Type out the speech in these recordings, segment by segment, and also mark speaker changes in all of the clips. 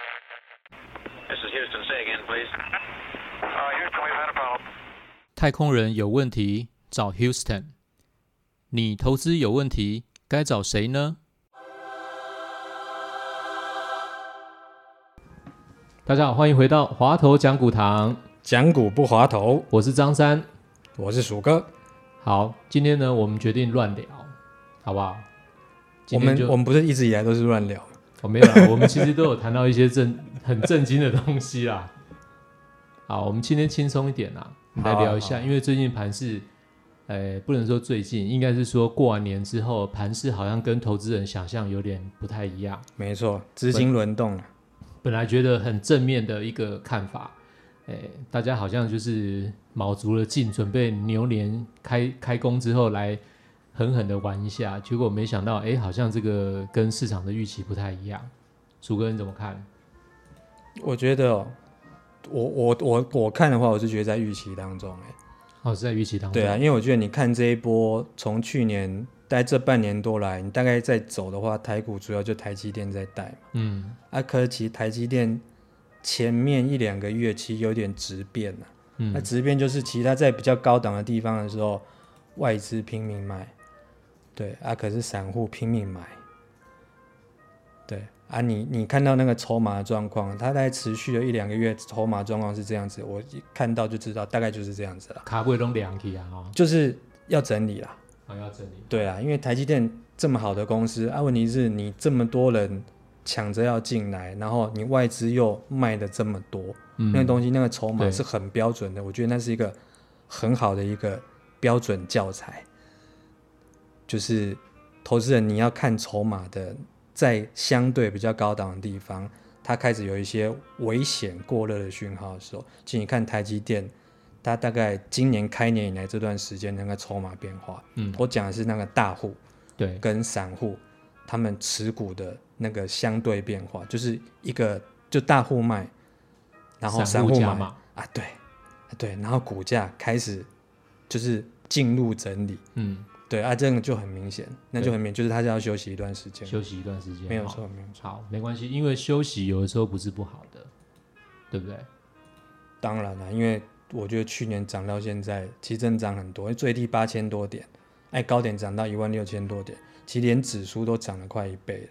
Speaker 1: This is Houston. Say again, please.
Speaker 2: Uh, Houston, we've had a problem.
Speaker 3: 太空人有问题找 Houston，你投资有问题该找谁呢？大家好，欢迎回到华头讲股堂，
Speaker 4: 讲股不滑头，
Speaker 3: 我是张三。
Speaker 4: 我是鼠哥。
Speaker 3: 好，今天呢，我们决定乱聊，好不好？
Speaker 4: 我
Speaker 3: 今天
Speaker 4: 们
Speaker 3: 就
Speaker 4: 我们不是一直以来都是乱聊，
Speaker 3: 哦，没有啦，我们其实都有谈到一些正很震惊的东西啦。好，我们今天轻松一点啦，我们来
Speaker 4: 好啊
Speaker 3: 聊一下，因为最近盘市，呃，不能说最近，应该是说过完年之后，盘市好像跟投资人想象有点不太一样。
Speaker 4: 没错，资金轮动啊了。
Speaker 3: 本来觉得很正面的一个看法，哎，大家好像就是卯足了劲，准备牛年开开工之后来狠狠的玩一下，结果没想到，哎，好像这个跟市场的预期不太一样。鼠哥你怎么看？
Speaker 4: 我觉得、哦，我我我我看的话，我是觉得在预期当中、欸，
Speaker 3: 哦，是在预期当中。
Speaker 4: 对啊，因为我觉得你看这一波，从去年待这半年多来，你大概在走的话，台股主要就台积电在带嘛。
Speaker 3: 嗯
Speaker 4: 啊，可是其实台积电前面一两个月其实有点直变啊了、那、
Speaker 3: 嗯，
Speaker 4: 直变就是其他在比较高档的地方的时候，外资拼命卖，对啊，可是散户拼命买，对啊你，你看到那个筹码的状况，它在持续了一两个月，筹码状况是这样子，我一看到就知道大概就是这样子了，
Speaker 3: 卡位都两起啊，哦，
Speaker 4: 就是要整理啦。
Speaker 3: 好要整理。
Speaker 4: 对啊，因为台积电这么好的公司啊，问题是你这么多人抢着要进来，然后你外资又卖的这么多，那个
Speaker 3: 嗯，
Speaker 4: 东西那个筹码
Speaker 3: 对
Speaker 4: 是很标准的，我觉得那是一个很好的一个标准教材，就是投资人你要看筹码的，在相对比较高档的地方，它开始有一些危险过热的讯号的时候，其实你看台积电，它大概今年开年以来这段时间那个筹码变化，
Speaker 3: 嗯
Speaker 4: 我讲的是那个大户，
Speaker 3: 对，
Speaker 4: 跟散户他们持股的那个相对变化，就是一个就大户卖，然后
Speaker 3: 散
Speaker 4: 散
Speaker 3: 户
Speaker 4: 户
Speaker 3: 加
Speaker 4: 买
Speaker 3: 码
Speaker 4: 啊，对对，然后股价开始就是进入整理，
Speaker 3: 嗯，
Speaker 4: 对啊，这个就很明显，那就
Speaker 3: 对
Speaker 4: 很明显，就是他就要休息一段时间，
Speaker 3: 休息一段时间，
Speaker 4: 没有
Speaker 3: 哦。
Speaker 4: 错，没有错，
Speaker 3: 好，没关系，因为休息有的时候不是不好的，对不对？
Speaker 4: 当然了，因为我觉得去年涨到现在，其实真的涨很多，最低八千多点，哎，高点涨到一万六千多点，其实连指数都涨了快一倍了。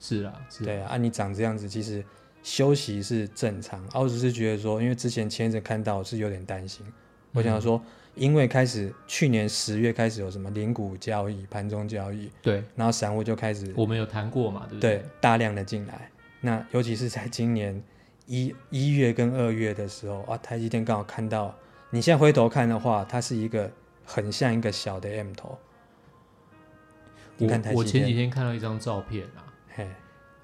Speaker 3: 是啦，是
Speaker 4: 对
Speaker 3: 啦，
Speaker 4: 啊，啊你长这样子，其实休息是正常。啊我只是觉得说，因为之前前一阵看到我是有点担心，我
Speaker 3: 嗯
Speaker 4: 想说，因为开始去年十月开始有什么零股交易、盘中交易，
Speaker 3: 对，
Speaker 4: 然后散户就开始
Speaker 3: 我们有谈过嘛，对不
Speaker 4: 对大量的进来。那尤其是在今年一一月跟二月的时候啊，台积电刚好看到，你现在回头看的话，它是一个很像一个小的 M 头。你看台
Speaker 3: 我我
Speaker 4: 积
Speaker 3: 前几
Speaker 4: 电，
Speaker 3: 天看到一张照片啊，
Speaker 4: 嘿，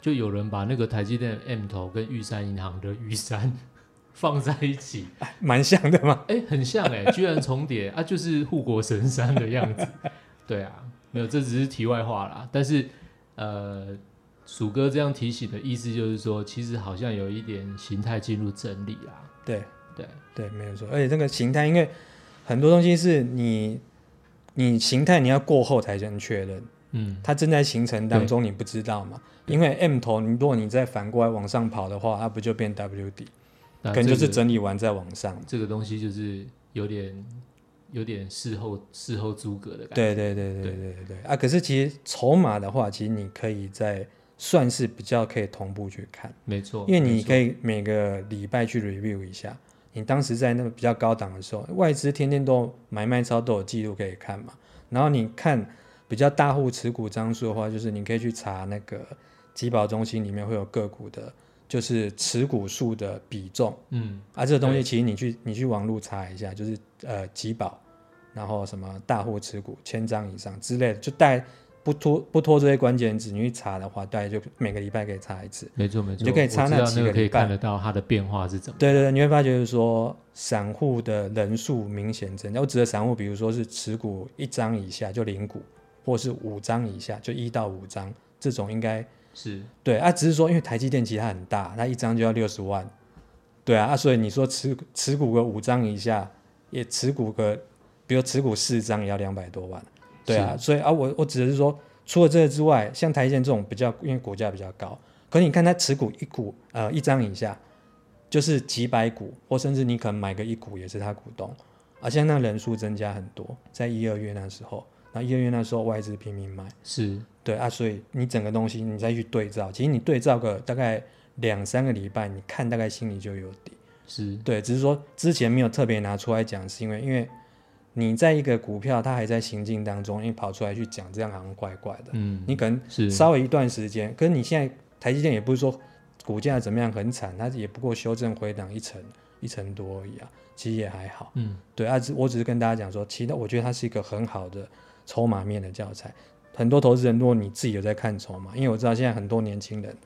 Speaker 3: 就有人把那个台积电的 M 头跟玉山银行的玉山 放在一起，
Speaker 4: 蛮像的嘛。
Speaker 3: 哎、很像哎、居然重叠啊，就是护国神山的样子。对啊，没有，这只是题外话啦。但是，呃，鼠哥这样提醒的意思就是说，其实好像有一点形态进入整理啦。
Speaker 4: 对，
Speaker 3: 对，
Speaker 4: 对，没有错。而且这个形态，因为很多东西是你你形态你要过后才能确认，
Speaker 3: 嗯，
Speaker 4: 它正在形成当中，你不知道嘛。因为 M 头，你如果你再反过来往上跑的话，它不就变 W D？
Speaker 3: 那
Speaker 4: 可能就是
Speaker 3: 啊这个
Speaker 4: 整理完再往上。
Speaker 3: 这个东西就是有点有点事后事后诸葛的感觉。
Speaker 4: 对对对对对对对啊！可是其实筹码的话，其实你可以在算是比较可以同步去看。
Speaker 3: 没错，
Speaker 4: 因为
Speaker 3: 哦没
Speaker 4: 你
Speaker 3: 错
Speaker 4: 可以每个礼拜去 review 一下，你当时在那个比较高档的时候，外资天天都买卖超都有记录可以看嘛。然后你看比较大户持股张数的话，就是你可以去查那个集保中心里面会有个股的，就是持股数的比重
Speaker 3: 嗯
Speaker 4: 啊。这个东西其实你去你去网络查一下，就是呃集保，然后什么大户持股千张以上之类的，就大概不拖不拖这些关键字，你去查的话，大概就每个礼拜可以查一次。
Speaker 3: 没错没错，
Speaker 4: 你就可以
Speaker 3: 我
Speaker 4: 差
Speaker 3: 知
Speaker 4: 那
Speaker 3: 道
Speaker 4: 几
Speaker 3: 那
Speaker 4: 个
Speaker 3: 可以
Speaker 4: 礼拜
Speaker 3: 看得到它的变化是怎么。
Speaker 4: 对对对，你会发觉就是说，散户的人数明显增加。我指的散户，比如说是持股一张以下就零股，或是五张以下就一到五张，这种应该
Speaker 3: 是，
Speaker 4: 对啊。只是说，因为台积电其实它很大，它一张就要六十万，对啊啊，所以你说持持股个五张以下，也啊持股个，比如持股四张也要两百多万，对啊。所以啊，我我指的是说，除了这个之外，像台积电这种比较，因为股价比较高，可你看它持股一股呃一张以下，就是几百股，或甚至你可能买个一股也是它股东，而现在那人数增加很多，在一二月那时候，然后一二月那时候外资拼命买，
Speaker 3: 是
Speaker 4: 对啊，所以你整个东西你再去对照，其实你对照个大概两三个礼拜，你看大概心里就有底。
Speaker 3: 是，
Speaker 4: 对，只是说之前没有特别拿出来讲，是因为因为你在一个股票它还在行进当中，你跑出来去讲，这样好像怪怪的。
Speaker 3: 嗯，
Speaker 4: 你可能
Speaker 3: 是
Speaker 4: 稍微一段时间，可是你现在台积电也不是说股价怎么样很惨，它也不过修正回档一成一成多而已啊，其实也还好。
Speaker 3: 嗯，
Speaker 4: 对啊，只我只是跟大家讲说，其实我觉得它是一个很好的筹码面的教材。很多投资人，如果你自己有在看筹码，因为我知道现在很多年轻人，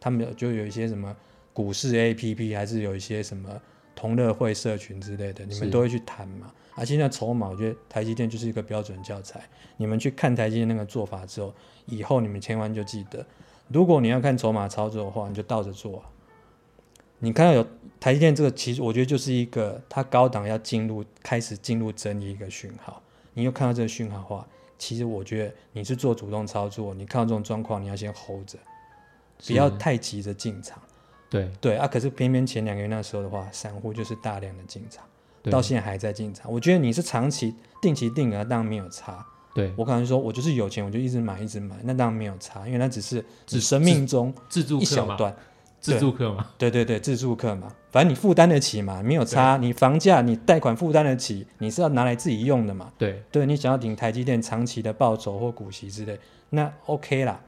Speaker 4: 他们有就有一些什么股市 APP，还是有一些什么同乐会社群之类的，你
Speaker 3: 是
Speaker 4: 们都会去谈嘛。啊，现在筹码，我觉得台积电就是一个标准教材。你们去看台积电那个做法之后，以后你们千万就记得，如果你要看筹码操作的话，你就倒着做啊、你看到有台积电这个，其实我觉得就是一个它高档要进入开始进入整理一个讯号。你又看到这个讯号的话，其实我觉得你是做主动操作，你看到这种状况，你要先 hold 着，不要太急着进场。
Speaker 3: 对
Speaker 4: 对啊，可是偏偏前两个月那时候的话，散户就是大量的进场，
Speaker 3: 对
Speaker 4: 到现在还在进场。我觉得你是长期定期定额，当然没有差。
Speaker 3: 对
Speaker 4: 我可能说我就是有钱，我就一直买一直买，那当然没有差，因为那只是
Speaker 3: 自
Speaker 4: 你生命中
Speaker 3: 自助
Speaker 4: 一
Speaker 3: 客
Speaker 4: 小
Speaker 3: 嘛，
Speaker 4: 段。
Speaker 3: 自助客嘛，
Speaker 4: 对对对，自住客嘛，反正你负担得起嘛，没有差。你房价你贷款负担得起，你是要拿来自己用的嘛。
Speaker 3: 对
Speaker 4: 对你想要领台积电长期的报酬或股息之类，那 OK 啦。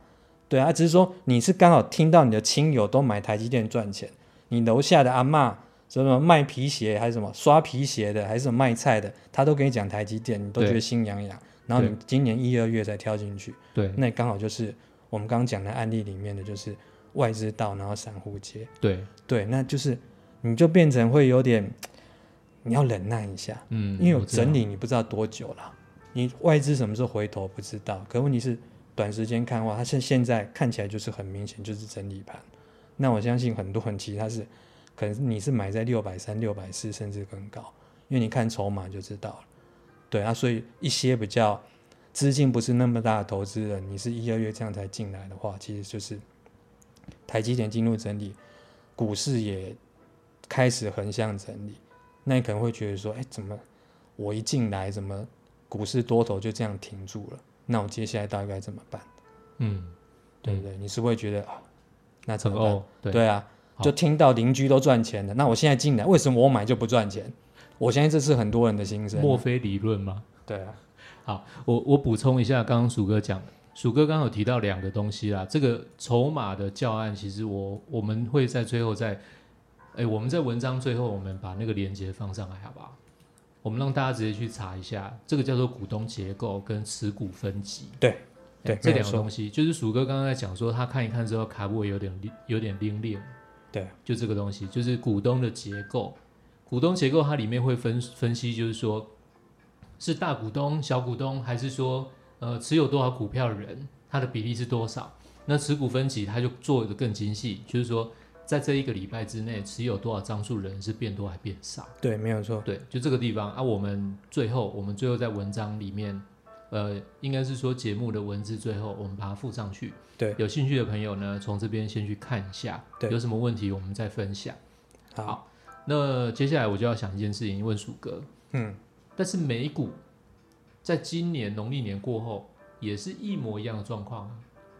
Speaker 4: 对啊，只是说你是刚好听到你的亲友都买台积电赚钱，你楼下的阿嬷什么卖皮鞋还是什么刷皮鞋的，还是什么卖菜的，他都跟你讲台积电，你都觉
Speaker 3: 对
Speaker 4: 得心痒痒。然后你今年一二月才跳进去，
Speaker 3: 对
Speaker 4: 那刚好就是我们刚刚讲的案例里面的，就是外资到，然后散户接。
Speaker 3: 对，
Speaker 4: 对，那就是你就变成会有点，你要忍耐一下，
Speaker 3: 嗯，
Speaker 4: 因为
Speaker 3: 我
Speaker 4: 有
Speaker 3: 知道
Speaker 4: 整理你不知道多久了，你外资什么时候回头不知道，可问题是短时间看的话，它现现在看起来就是很明显就是整理盘，那我相信很多人其实他是，可能你是买在六百三、六百四甚至更高，因为你看筹码就知道了，对啊，所以一些比较。资金不是那么大的投资人，你是一二月这样才进来的话，其实就是台积电进入整理，股市也开始横向整理，那你可能会觉得说，哎，怎么我一进来，怎么股市多头就这样停住了？那我接下来到底该怎么办？
Speaker 3: 嗯
Speaker 4: 对不对？你是不是会觉得啊，那怎
Speaker 3: 很
Speaker 4: 么办？
Speaker 3: 哦，对
Speaker 4: 对啊，
Speaker 3: 好
Speaker 4: 就听到邻居都赚钱了，那我现在进来，为什么我买就不赚钱？我相信这是很多人的心声啊。
Speaker 3: 墨菲理论嘛。
Speaker 4: 对啊，
Speaker 3: 好，我我补充一下，刚刚鼠哥讲，鼠哥刚刚有提到两个东西啦，这个筹码的教案，其实我我们会在最后再，哎，我们在文章最后我们把那个连接放上来，好不好？我们让大家直接去查一下，这个叫做股东结构跟持股分级。
Speaker 4: 对
Speaker 3: 哎
Speaker 4: 对
Speaker 3: 这
Speaker 4: 没有
Speaker 3: 两个
Speaker 4: 错
Speaker 3: 东西，就是鼠哥刚刚在讲说，他看一看之后，卡布有点拎有点拎练。
Speaker 4: 对，
Speaker 3: 就这个东西，就是股东的结构。股东结构它里面会分分析，就是说是大股东、小股东，还是说呃持有多少股票的人，它的比例是多少？那持股分级它就做的更精细，就是说在这一个礼拜之内持有多少张数人是变多还变少。
Speaker 4: 对，没有错。
Speaker 3: 对，就这个地方啊，我们最后我们最后在文章里面，呃，应该是说节目的文字最后我们把它附上去。
Speaker 4: 对
Speaker 3: 有兴趣的朋友呢，从这边先去看一下，
Speaker 4: 对
Speaker 3: 有什么问题我们再分享。
Speaker 4: 好，
Speaker 3: 那接下来我就要想一件事情，问鼠哥，
Speaker 4: 嗯，
Speaker 3: 但是美股在今年农历年过后也是一模一样的状况啊，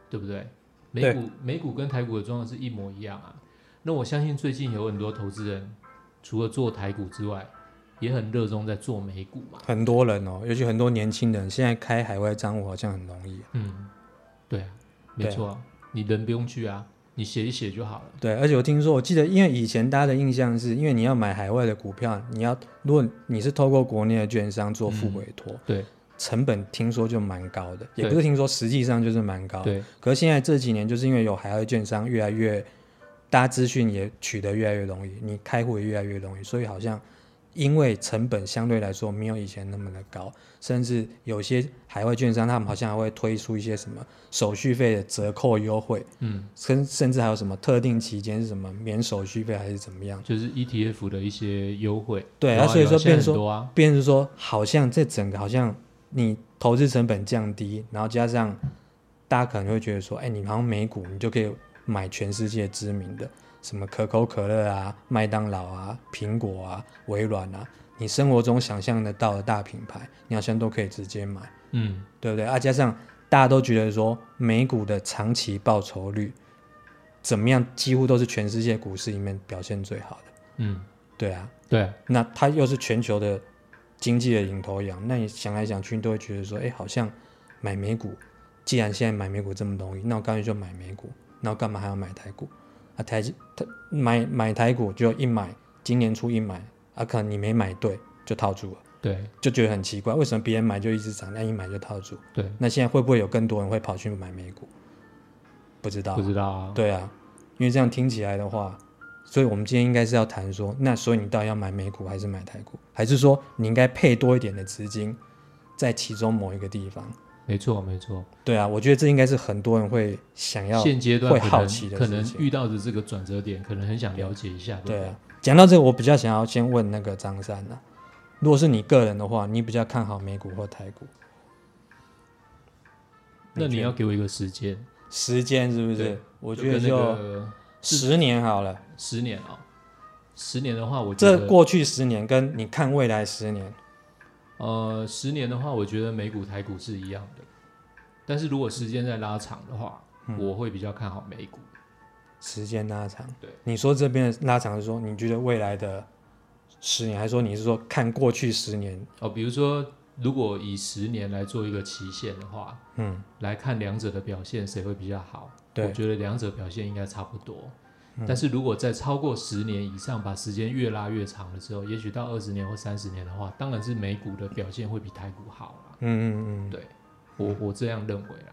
Speaker 3: 对不对？美
Speaker 4: 对
Speaker 3: 股美股跟台股的状况是一模一样啊。那我相信最近有很多投资人除了做台股之外，也很热衷在做美股嘛。
Speaker 4: 很多人哦，尤其很多年轻人，现在开海外账户好像很容易啊、
Speaker 3: 嗯，对啊，没
Speaker 4: 对啊
Speaker 3: 错啊、你人不用去啊，你写一写就好了。
Speaker 4: 对，而且我听说，我记得，因为以前大家的印象是，因为你要买海外的股票，你要如果你是透过国内的券商
Speaker 3: 嗯
Speaker 4: 做副委托，
Speaker 3: 对
Speaker 4: 成本听说就蛮高的，也
Speaker 3: 对
Speaker 4: 不是听说，实际上就是蛮高。
Speaker 3: 对
Speaker 4: 可是现在这几年，就是因为有海外券商越来越，大家资讯也取得越来越容易，你开户也越来越容易，所以好像因为成本相对来说没有以前那么的高，甚至有些海外券商他们好像还会推出一些什么手续费的折扣优惠。
Speaker 3: 嗯，
Speaker 4: 甚甚至还有什么特定期间是什么免手续费还是怎么样？
Speaker 3: 就是 ETF 的一些优惠。
Speaker 4: 对
Speaker 3: 有啊
Speaker 4: 啊所以
Speaker 3: 有啊现
Speaker 4: 说
Speaker 3: 在
Speaker 4: 变
Speaker 3: 很
Speaker 4: 说
Speaker 3: 多啊，
Speaker 4: 变成是说，好像这整个好像你投资成本降低，然后加上大家可能会觉得说，哎、你好像美股你就可以买全世界知名的，什么可口可乐啊、麦当劳啊、苹果啊、微软啊，你生活中想象得到的大品牌，你好像都可以直接买。
Speaker 3: 嗯，
Speaker 4: 对不对？啊，加上大家都觉得说美股的长期报酬率怎么样，几乎都是全世界股市里面表现最好的。
Speaker 3: 嗯，
Speaker 4: 对啊，
Speaker 3: 对，
Speaker 4: 那它又是全球的经济的领头羊，那你想来想去，你都会觉得说，哎，好像买美股，既然现在买美股这么容易，那我干脆就买美股，那我干嘛还要买台股？啊，台它买买台股就一买，今年初一买，啊，可能你没买对就套住了，
Speaker 3: 对，
Speaker 4: 就觉得很奇怪，为什么别人买就一直涨，那一买就套住？
Speaker 3: 对，
Speaker 4: 那现在会不会有更多人会跑去买美股？不知道，
Speaker 3: 不知道啊，
Speaker 4: 对啊，因为这样听起来的话，所以我们今天应该是要谈说，那所以你到底要买美股还是买台股，还是说你应该配多一点的资金在其中某一个地方？
Speaker 3: 没错，没错。
Speaker 4: 对啊，我觉得这应该是很多人会想要
Speaker 3: 现阶段
Speaker 4: 会
Speaker 3: 可
Speaker 4: 好
Speaker 3: 能
Speaker 4: 奇的
Speaker 3: 可
Speaker 4: 事
Speaker 3: 能
Speaker 4: 情
Speaker 3: 遇到的这个转折点，可能很想了解一下。
Speaker 4: 对
Speaker 3: 不
Speaker 4: 啊。讲到这个，我比较想要先问那个张三啊，如果是你个人的话，你比较看好美股或台股？
Speaker 3: 那
Speaker 4: 你
Speaker 3: 你
Speaker 4: 觉
Speaker 3: 要
Speaker 4: 得
Speaker 3: 给我一个时间，
Speaker 4: 时间是不是
Speaker 3: 对？
Speaker 4: 我觉得
Speaker 3: 跟那
Speaker 4: 就
Speaker 3: 个
Speaker 4: 十年好了。
Speaker 3: 十年啊、十年的话，我觉
Speaker 4: 这
Speaker 3: 得
Speaker 4: 过去十年跟你看未来十年，
Speaker 3: 呃，十年的话，我觉得美股、台股是一样的，但是如果时间再拉长的话，
Speaker 4: 嗯
Speaker 3: 我会比较看好美股。
Speaker 4: 时间拉长，
Speaker 3: 对，
Speaker 4: 你说这边的拉长是说你觉得未来的十年，还是说你是说看过去十年？
Speaker 3: 哦，比如说，如果以十年来做一个期限的话，
Speaker 4: 嗯，
Speaker 3: 来看两者的表现谁会比较好。
Speaker 4: 对嗯
Speaker 3: 我觉得两者表现应该差不多。但是如果在超过十年以上，把时间越拉越长了之后，也许到二十年或三十年的话，当然是美股的表现会比台股好啦。
Speaker 4: 嗯嗯嗯。
Speaker 3: 对我我这样认为啦。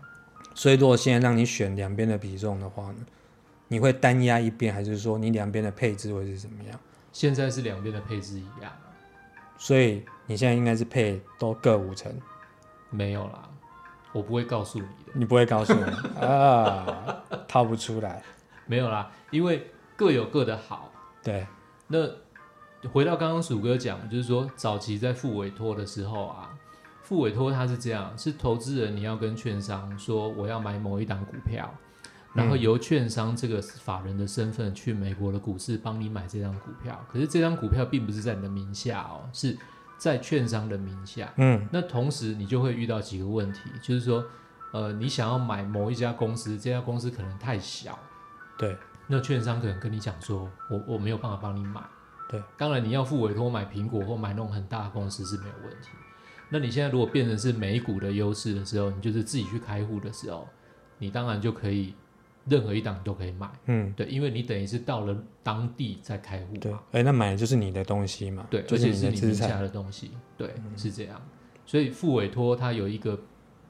Speaker 4: 所以如果现在让你选两边的比重的话呢，你会单压一边，还是说你两边的配置会是怎么样？
Speaker 3: 现在是两边的配置一样，啊
Speaker 4: 所以你现在应该是配都各五成，
Speaker 3: 没有啦，我不会告诉你的，
Speaker 4: 你不会告 诉我啊，套不出来。
Speaker 3: 没有啦，因为各有各的好。
Speaker 4: 对，
Speaker 3: 那回到刚刚鼠哥讲，就是说早期在付委托的时候啊，付委托它是这样，是投资人你要跟券商说我要买某一档股票，然后由券商这个法人的身份去美国的股市帮你买这张股票，可是这张股票并不是在你的名下哦，是在券商的名下。
Speaker 4: 嗯
Speaker 3: 那同时你就会遇到几个问题，就是说，呃，你想要买某一家公司，这家公司可能太小，
Speaker 4: 对，
Speaker 3: 那券商可能跟你讲说，我我没有办法帮你买。
Speaker 4: 对，
Speaker 3: 当然你要付委托买苹果或买那种很大的公司是没有问题。那你现在如果变成是美股的优势的时候，你就是自己去开户的时候，你当然就可以任何一档都可以买。
Speaker 4: 嗯
Speaker 3: 对，因为你等于是到了当地再开户
Speaker 4: 对
Speaker 3: 嘛。，
Speaker 4: 哎，那买的就是你的东西嘛，
Speaker 3: 对，
Speaker 4: 就
Speaker 3: 而且
Speaker 4: 你
Speaker 3: 是
Speaker 4: 的
Speaker 3: 你
Speaker 4: 资
Speaker 3: 名
Speaker 4: 产嗯
Speaker 3: 下的东西，对，是这样。所以付委托它有一个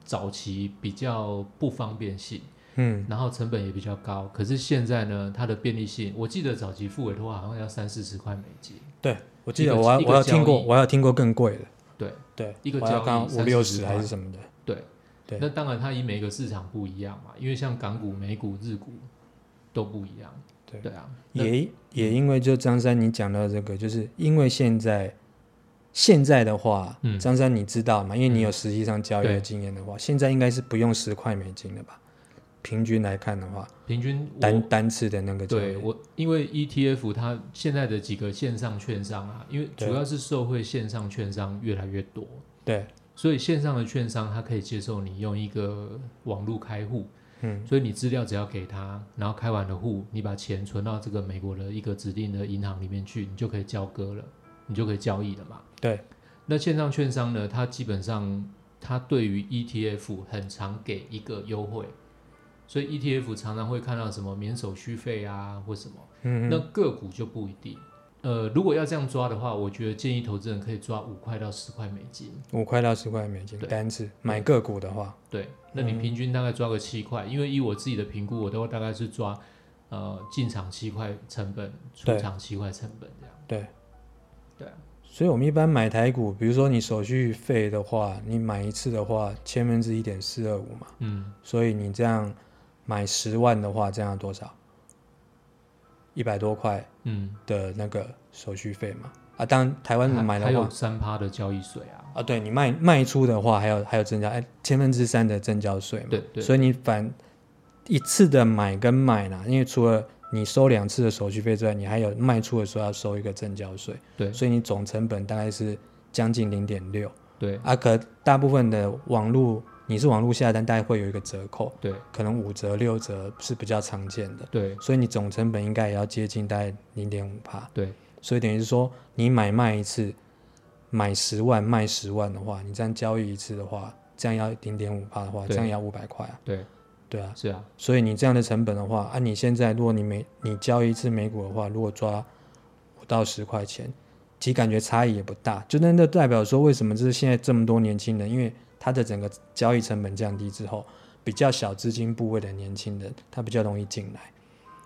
Speaker 3: 早期比较不方便性，
Speaker 4: 嗯，
Speaker 3: 然后成本也比较高。可是现在呢，它的便利性，我记得早期付委托好像要三四十块美金，
Speaker 4: 对，我记
Speaker 3: 一
Speaker 4: 得
Speaker 3: 个
Speaker 4: 我还
Speaker 3: 一个
Speaker 4: 我还有听过，
Speaker 3: 交易
Speaker 4: 我还有听过更贵的，
Speaker 3: 对
Speaker 4: 对，
Speaker 3: 一个
Speaker 4: 我还有
Speaker 3: 交易
Speaker 4: 刚五
Speaker 3: 30
Speaker 4: 六十
Speaker 3: 块
Speaker 4: 还是什么的，
Speaker 3: 对
Speaker 4: 对
Speaker 3: 那当然，它以每个市场不一样嘛，因为像港股、美股、日股都不一样。
Speaker 4: 对
Speaker 3: 对啊，那
Speaker 4: 也也因为就张三你讲到这个，就是因为现在现在的话，
Speaker 3: 嗯
Speaker 4: 张三你知道嘛？因为你有实际上交易的
Speaker 3: 对
Speaker 4: 经验的话，现在应该是不用十块美金了吧？平均来看的话，
Speaker 3: 平均我
Speaker 4: 单单次的那个交易
Speaker 3: 对，我，因为 ETF 它现在的几个线上券商啊，因为
Speaker 4: 对
Speaker 3: 主要是受惠线上券商越来越多，
Speaker 4: 对，
Speaker 3: 所以线上的券商它可以接受你用一个网络开户，
Speaker 4: 嗯，
Speaker 3: 所以你资料只要给他，然后开完了户，你把钱存到这个美国的一个指定的银行里面去，你就可以交割了，你就可以交易了嘛。
Speaker 4: 对，
Speaker 3: 那线上券商呢，它基本上它对于 ETF 很常给一个优惠，所以 ETF 常常会看到什么免手续费啊或什么。
Speaker 4: 嗯
Speaker 3: 那
Speaker 4: 哼，
Speaker 3: 个股就不一定。呃，如果要这样抓的话，我觉得建议投资人可以抓五块到十块美金。
Speaker 4: 五块到十块美金
Speaker 3: 对
Speaker 4: 单次买个股的话，
Speaker 3: 对，那你
Speaker 4: 嗯
Speaker 3: 平均大概抓个七块，因为以我自己的评估，我都大概是抓呃进场七块成本，出
Speaker 4: 对
Speaker 3: 场七块成本这样。
Speaker 4: 对，
Speaker 3: 对啊，
Speaker 4: 所以我们一般买台股，比如说你手续费的话，你买一次的话，千分之一点四二五嘛，
Speaker 3: 嗯，
Speaker 4: 所以你这样买十万的话，这样多少？一百多块
Speaker 3: 嗯
Speaker 4: 的那个手续费嘛，啊，当然台湾
Speaker 3: 还
Speaker 4: 买
Speaker 3: 还
Speaker 4: 的话
Speaker 3: 有，三趴的交易税啊，
Speaker 4: 啊，对你卖卖出的话，还有还有增加哎千分之三的增交税嘛，
Speaker 3: 对对
Speaker 4: 所以你反一次的买跟卖啦，因为除了你收两次的手续费之外，你还有卖出的时候要收一个增交税，
Speaker 3: 对
Speaker 4: 所以你总成本大概是将近零点六
Speaker 3: 对
Speaker 4: 啊，可大部分的网络你是网络下单，大概会有一个折扣，
Speaker 3: 对
Speaker 4: 可能五折六折是比较常见的，
Speaker 3: 对
Speaker 4: 所以你总成本应该也要接近大概零点五帕。
Speaker 3: 对
Speaker 4: 所以等于是说，你买卖一次，买十万卖十万的话，你这样交易一次的话，这样要零点五帕的话，
Speaker 3: 对
Speaker 4: 这样也要五百块啊，
Speaker 3: 对，
Speaker 4: 对啊。
Speaker 3: 是啊，
Speaker 4: 所以你这样的成本的话，啊，你现在如果你每你交易一次美股的话，如果抓五到十块钱，其实感觉差异也不大，就那那代表说，为什么就是现在这么多年轻人，因为他的整个交易成本降低之后，比较小资金部位的年轻人，他比较容易进来，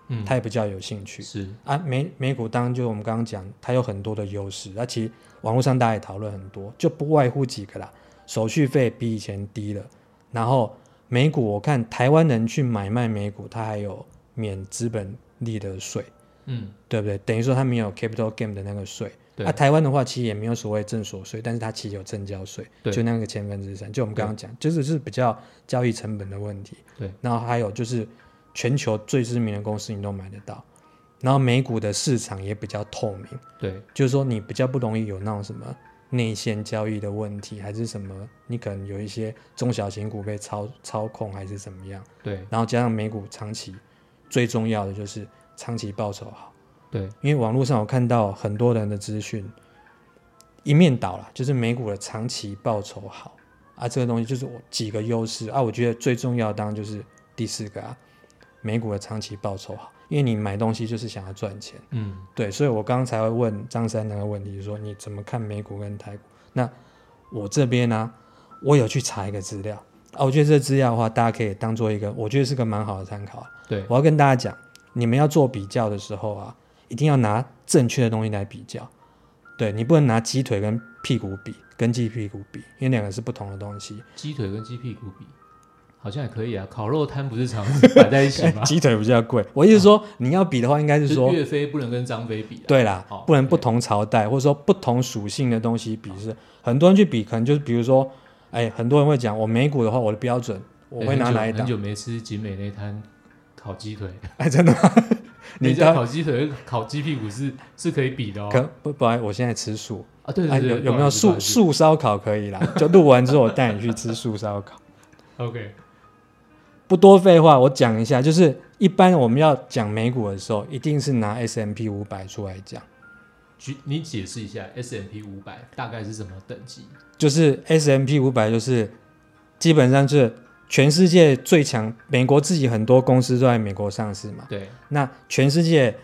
Speaker 3: 嗯，
Speaker 4: 他也比较有兴趣。
Speaker 3: 是
Speaker 4: 啊，美美股当然就我们刚刚讲，它有很多的优势，那、其实网络上大家也讨论很多，就不外乎几个啦，手续费比以前低了，然后美股我看台湾人去买卖美股，它还有免资本利得税，
Speaker 3: 嗯
Speaker 4: 对不对？等于说它没有 capital gain 的那个税。
Speaker 3: 对
Speaker 4: 啊，台湾的话其实也没有所谓正所税，但是它其实有正交税，
Speaker 3: 对
Speaker 4: 就那个千分之三，就我们刚刚讲，就是是比较交易成本的问题。
Speaker 3: 对，
Speaker 4: 然后还有就是全球最知名的公司你都买得到，然后美股的市场也比较透明，
Speaker 3: 对
Speaker 4: 就是说你比较不容易有那种什么内线交易的问题，还是什么你可能有一些中小型股被操操控还是怎么样，
Speaker 3: 对
Speaker 4: 然后加上美股长期最重要的就是长期报酬好。
Speaker 3: 对
Speaker 4: 因为网络上我看到很多人的资讯，一面倒啦，就是美股的长期报酬好啊，这个东西就是我几个优势啊，我觉得最重要的当然就是第四个啊，美股的长期报酬好，因为你买东西就是想要赚钱，
Speaker 3: 嗯
Speaker 4: 对，所以我刚才会问张三那个问题，说你怎么看美股跟台股？那我这边呢、我有去查一个资料啊，我觉得这资料的话，大家可以当做一个，我觉得是个蛮好的参考啊、
Speaker 3: 对
Speaker 4: 我要跟大家讲，你们要做比较的时候啊，一定要拿正确的东西来比较。对你不能拿鸡腿跟屁股比，跟鸡屁股比，因为两个是不同的东西。
Speaker 3: 鸡腿跟鸡屁股比好像也可以啊，烤肉摊不是常常摆在一起 吗？
Speaker 4: 鸡腿比较贵，我意思是说，你要比的话，应该是
Speaker 3: 就是
Speaker 4: 说，
Speaker 3: 岳飞不能跟张飞比啊，
Speaker 4: 对啦
Speaker 3: 好，
Speaker 4: 不能不
Speaker 3: 对
Speaker 4: 同朝代或者说不同属性的东西比是，很多人去比，可能就是比如说，哎，很多人会讲，我美股的话，我的标准我
Speaker 3: 哎
Speaker 4: 会拿
Speaker 3: 很久
Speaker 4: 哪一
Speaker 3: 很
Speaker 4: 档？
Speaker 3: 久没吃景美那摊烤鸡腿，
Speaker 4: 哎，真的吗？
Speaker 3: 那
Speaker 4: 你
Speaker 3: 家
Speaker 4: 的
Speaker 3: 烤鸡腿、烤鸡屁股是是可以比的哦。
Speaker 4: 可不不好意思，我现在吃素，
Speaker 3: 啊，对
Speaker 4: 哎，
Speaker 3: 对对，
Speaker 4: 有
Speaker 3: 不好
Speaker 4: 有没有
Speaker 3: 意思
Speaker 4: 素？素烧烤可以啦？ 就录完之后，我带你去吃素烧烤。
Speaker 3: 不好意思 OK，
Speaker 4: 不多废话，我讲一下，就是一般我们要讲美股的时候，一定是拿 S M P 五百出来讲，
Speaker 3: 举你解释一下 S M P 五百大概是什么等级？
Speaker 4: 就是 S M P 五百就是基本上是全世界最强，美国自己很多公司都在美国上市嘛，
Speaker 3: 对
Speaker 4: 那全世界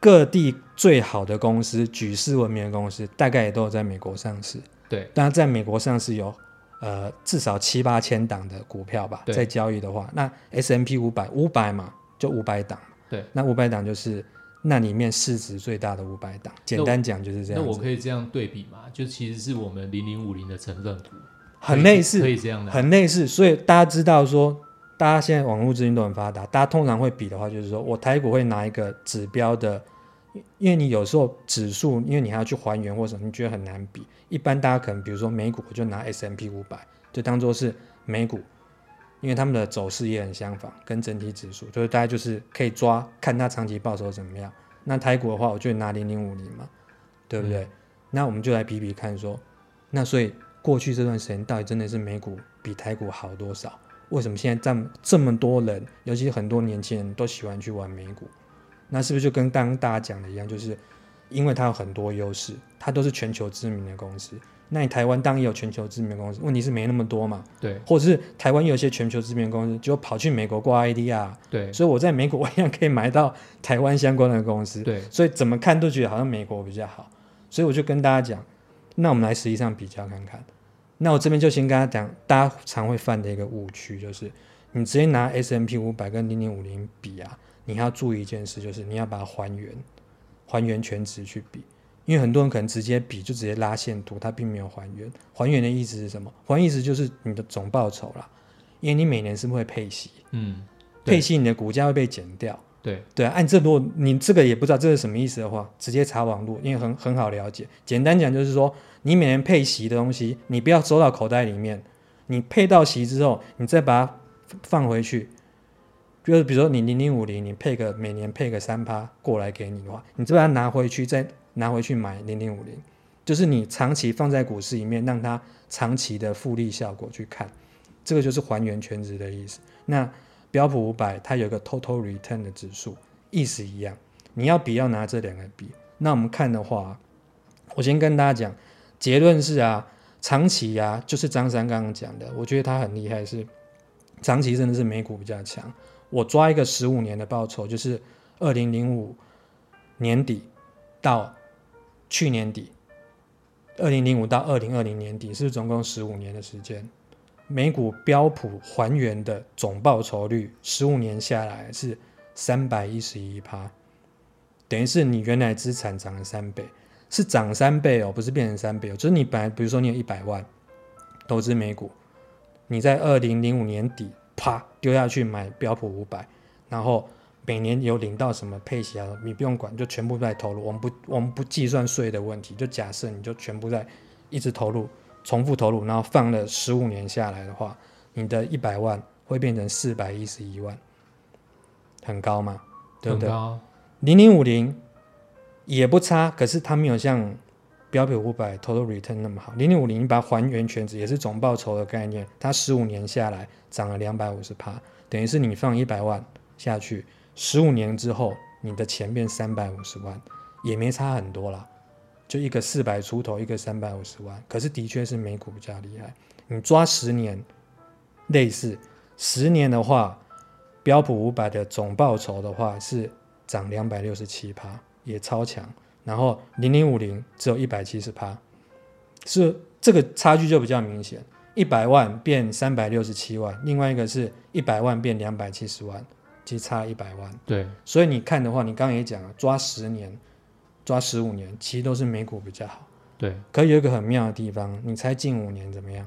Speaker 4: 各地最好的公司、举世闻名的公司，大概也都有在美国上市。
Speaker 3: 对
Speaker 4: 当然，在美国上市有呃至少七八千档的股票吧，
Speaker 3: 对
Speaker 4: 在交易的话，那 S M P 五百五百嘛，就五百档，
Speaker 3: 对，
Speaker 4: 那五百档就是那里面市值最大的五百档，简单讲就是这
Speaker 3: 那
Speaker 4: 样
Speaker 3: 我
Speaker 4: 子，
Speaker 3: 可以这样对比吗？就其实是我们零零五零的成分股，
Speaker 4: 很
Speaker 3: 可以
Speaker 4: 类
Speaker 3: 可
Speaker 4: 似，
Speaker 3: 以这样的啊。
Speaker 4: 很类似，所以大家知道说。大家现在网络资讯都很发达，大家通常会比的话，就是说我台股会拿一个指标的，因为你有时候指数，因为你还要去还原或者你觉得很难比。一般大家可能比如说美股，我就拿 S M P 五百，就当做是美股，因为他们的走势也很相仿，跟整体指数，就是大家就是可以抓看它长期报酬怎么样。那台股的话，我就拿零零五零嘛，对不对？
Speaker 3: 嗯
Speaker 4: 那我们就来比比看说，那所以过去这段时间到底真的是美股比台股好多少？为什么现在这么这么多人，尤其是很多年轻人都喜欢去玩美股？那是不是就跟刚刚大家讲的一样，就是因为它有很多优势，它都是全球知名的公司。那你台湾当然也有全球知名的公司，问题是没那么多嘛。
Speaker 3: 对
Speaker 4: 或者是台湾有一些全球知名的公司，就跑去美国挂 IDR，
Speaker 3: 对
Speaker 4: 所以我在美 国我一样可以买到台湾相关的公司，
Speaker 3: 对
Speaker 4: 所以怎么看都觉得好像美国比较好，所以我就跟大家讲，那我们来实际上比较看看。那我这边就先跟大家讲，大家常会犯的一个误区就是，你直接拿 S M P 五百跟零零五零比啊，你要注意一件事，就是你要把它还原，还原全值去比。因为很多人可能直接比就直接拉线图，它并没有还原。还原的意思是什么？还原意思就是你的总报酬啦，因为你每年是不是会配息，
Speaker 3: 嗯，对
Speaker 4: 配息你的股价会被减掉，
Speaker 3: 对，
Speaker 4: 对啊，按这如果你这个也不知道这是什么意思的话，直接查网络，因为很很好了解。简单讲就是说，你每年配息的东西，你不要收到口袋里面，你配到息之后，你再把它放回去。就是比如说你零零五零，你配个每年配个三趴过来给你的话，你再把它拿回去，再拿回去买零零五零，就是你长期放在股市里面，让它长期的复利效果去看，这个就是还原全值的意思。那标普五百它有一个 total return 的指数，意思一样。你要比要拿这两个比。那我们看的话，我先跟大家讲，结论是啊，长期啊，就是张三刚刚讲的，我觉得他很厉害是，长期真的是美股比较强。我抓一个十五年的报酬，就是二零零五年底到去年底，二零零五到二零二零年底是总共十五年的时间。美股标普还原的总报酬率，十五年下来是三百一十一趴，等于是你原来资产涨了三倍，是涨三倍哦，不是变成三倍哦。就是你本来比如说你有一百万投资美股，你在二零零五年底啪丢下去买标普五百，然后每年有领到什么配息啊，你不用管，就全部在投入。我们不我们不计算税的问题，就假设你就全部在一直投入。重复投入，然后放了十五年下来的话，你的一百万会变成四百一十一万，很高嘛，对不
Speaker 3: 很
Speaker 4: 对？
Speaker 3: 高，
Speaker 4: 零零五零也不差，可是它没有像标普五百 total return 那么好。零零五零你把它还原全值也是总报酬的概念，它十五年下来涨了两百五十趴，等于是你放一百万下去，十五年之后你的钱变三百五十万，也没差很多啦。就一个四百出头，一个三百五十万，可是的确是美股比较厉害。你抓十年，类似十年的话，标普五百的总报酬的话是涨两百六十七趴，也超强。然后零零五零只有一百七十趴，是这个差距就比较明显，一百万变三百六十七万，另外一个是一百万变两百七十万，其实差一百万。
Speaker 3: 对，
Speaker 4: 所以你看的话，你刚刚也讲了，抓十年、抓十五年，其实都是美股比较好。
Speaker 3: 对，
Speaker 4: 可有一个很妙的地方，你猜近五年怎么样？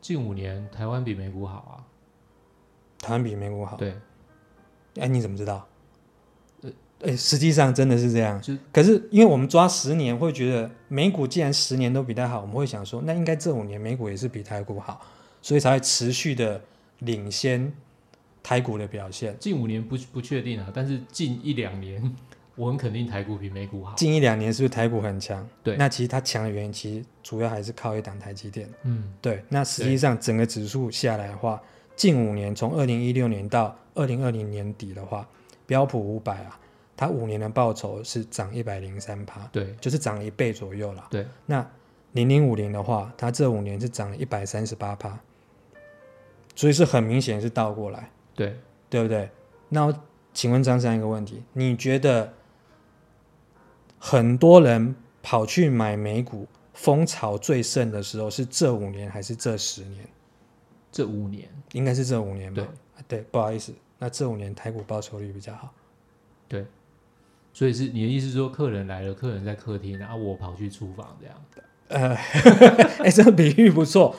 Speaker 3: 近五年台湾比美股好
Speaker 4: 台湾比美股
Speaker 3: 啊，
Speaker 4: 好？
Speaker 3: 对，
Speaker 4: 哎，你怎么知道？呃，哎，实际上真的是这样
Speaker 3: 就。
Speaker 4: 可是因为我们抓十年，会觉得美股既然十年都比它好，我们会想说，那应该这五年美股也是比台股好，所以才会持续的领先台股的表现。
Speaker 3: 近五年不不确定啊，但是近一两年我很肯定台股比美股好，
Speaker 4: 近一两年是不是台股很强？
Speaker 3: 对
Speaker 4: 那其实它强的原因，其实主要还是靠一档台积电。
Speaker 3: 嗯，
Speaker 4: 对，那实际上整个指数下来的话，近五年从二零一六年到二零二零年底的话，标普五百啊，它五年的报酬是涨一百零三趴，
Speaker 3: 对
Speaker 4: 就是涨了一倍左右啦。
Speaker 3: 对，
Speaker 4: 那零零五零的话，它这五年是涨了一百三十八趴，所以是很明显是倒过来，
Speaker 3: 对，
Speaker 4: 对不对？那我请问张三一个问题，你觉得很多人跑去买美股风潮最盛的时候是这五年还是这十年？
Speaker 3: 这五年
Speaker 4: 应该是这五年吧？对，不好意思，那这五年台股报酬率比较好。
Speaker 3: 对，所以是你的意思是说客人来了，客人在客厅，然后我跑去厨房这样，
Speaker 4: 哎，这个比喻不错，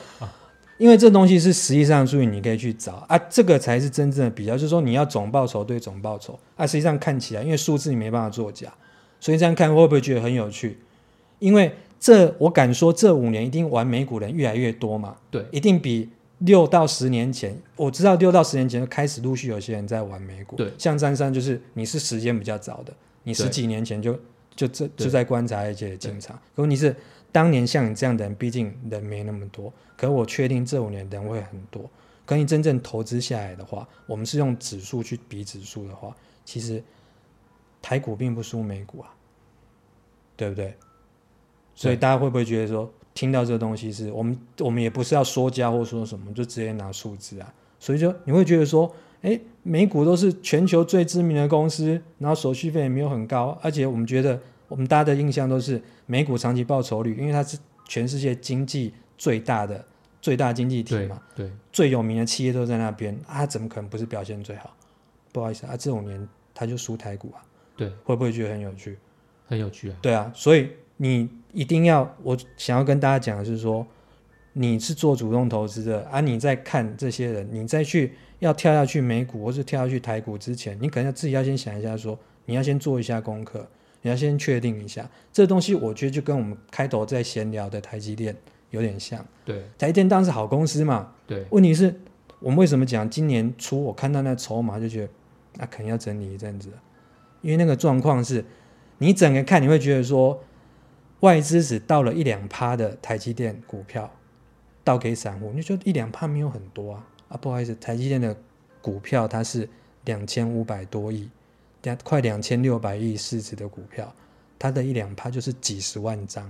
Speaker 4: 因为这东西是实际上数据，你可以去找啊，这个才是真正的比较，就是说你要总报酬对总报酬啊，实际上看起来，因为数字你没办法作假，所以这样看会不会觉得很有趣？因为这我敢说，这五年一定玩美股人越来越多嘛，
Speaker 3: 对
Speaker 4: 一定比六到十年前，我知道六到十年前就开始陆续有些人在玩美股，
Speaker 3: 对
Speaker 4: 像张三就是你是时间比较早的，你十
Speaker 3: 对
Speaker 4: 几年前就就这
Speaker 3: 对
Speaker 4: 就在观察一些警察，可问题是当年像你这样的人，毕竟人没那么多，可我确定这五年人会很多。可你真正投资下来的话，我们是用指数去比指数的话，其实台股并不输美股啊，对不对？所以大家会不会觉得说，听到这个东西是我们我们也不是要说教或说什么，就直接拿数字啊？所以就你会觉得说，哎，美股都是全球最知名的公司，然后手续费也没有很高，而且我们觉得我们大家的印象都是美股长期报酬率，因为它是全世界经济最大的最大经济体
Speaker 3: 对
Speaker 4: 嘛，
Speaker 3: 对，
Speaker 4: 最有名的企业都在那边，啊，怎么可能不是表现最好？不好意思啊，这种年它就输台股啊，
Speaker 3: 对，
Speaker 4: 会不会觉得很有趣？
Speaker 3: 很有趣啊，
Speaker 4: 对啊，所以你一定要，我想要跟大家讲的是说，你是做主动投资的啊，你在看这些人，你再去要跳下去美股或是跳下去台股之前，你可能要自己要先想一下说，你要先做一下功课，你要先确定一下这东西。我觉得就跟我们开头在闲聊的台积电有点像，
Speaker 3: 对
Speaker 4: 台积电当然是好公司嘛，
Speaker 3: 对
Speaker 4: 问题是，我们为什么讲今年初我看到那筹码就觉得，那、可能要整理一阵子了，因为那个状况是，你整个看你会觉得说，外资只到了一两趴的台积电股票，倒给散户，你就觉得一两趴没有很多啊啊，不好意思，台积电的股票它是两千五百多啊亿，两快两千六百亿市值的股票，它的一两趴就是几十万张，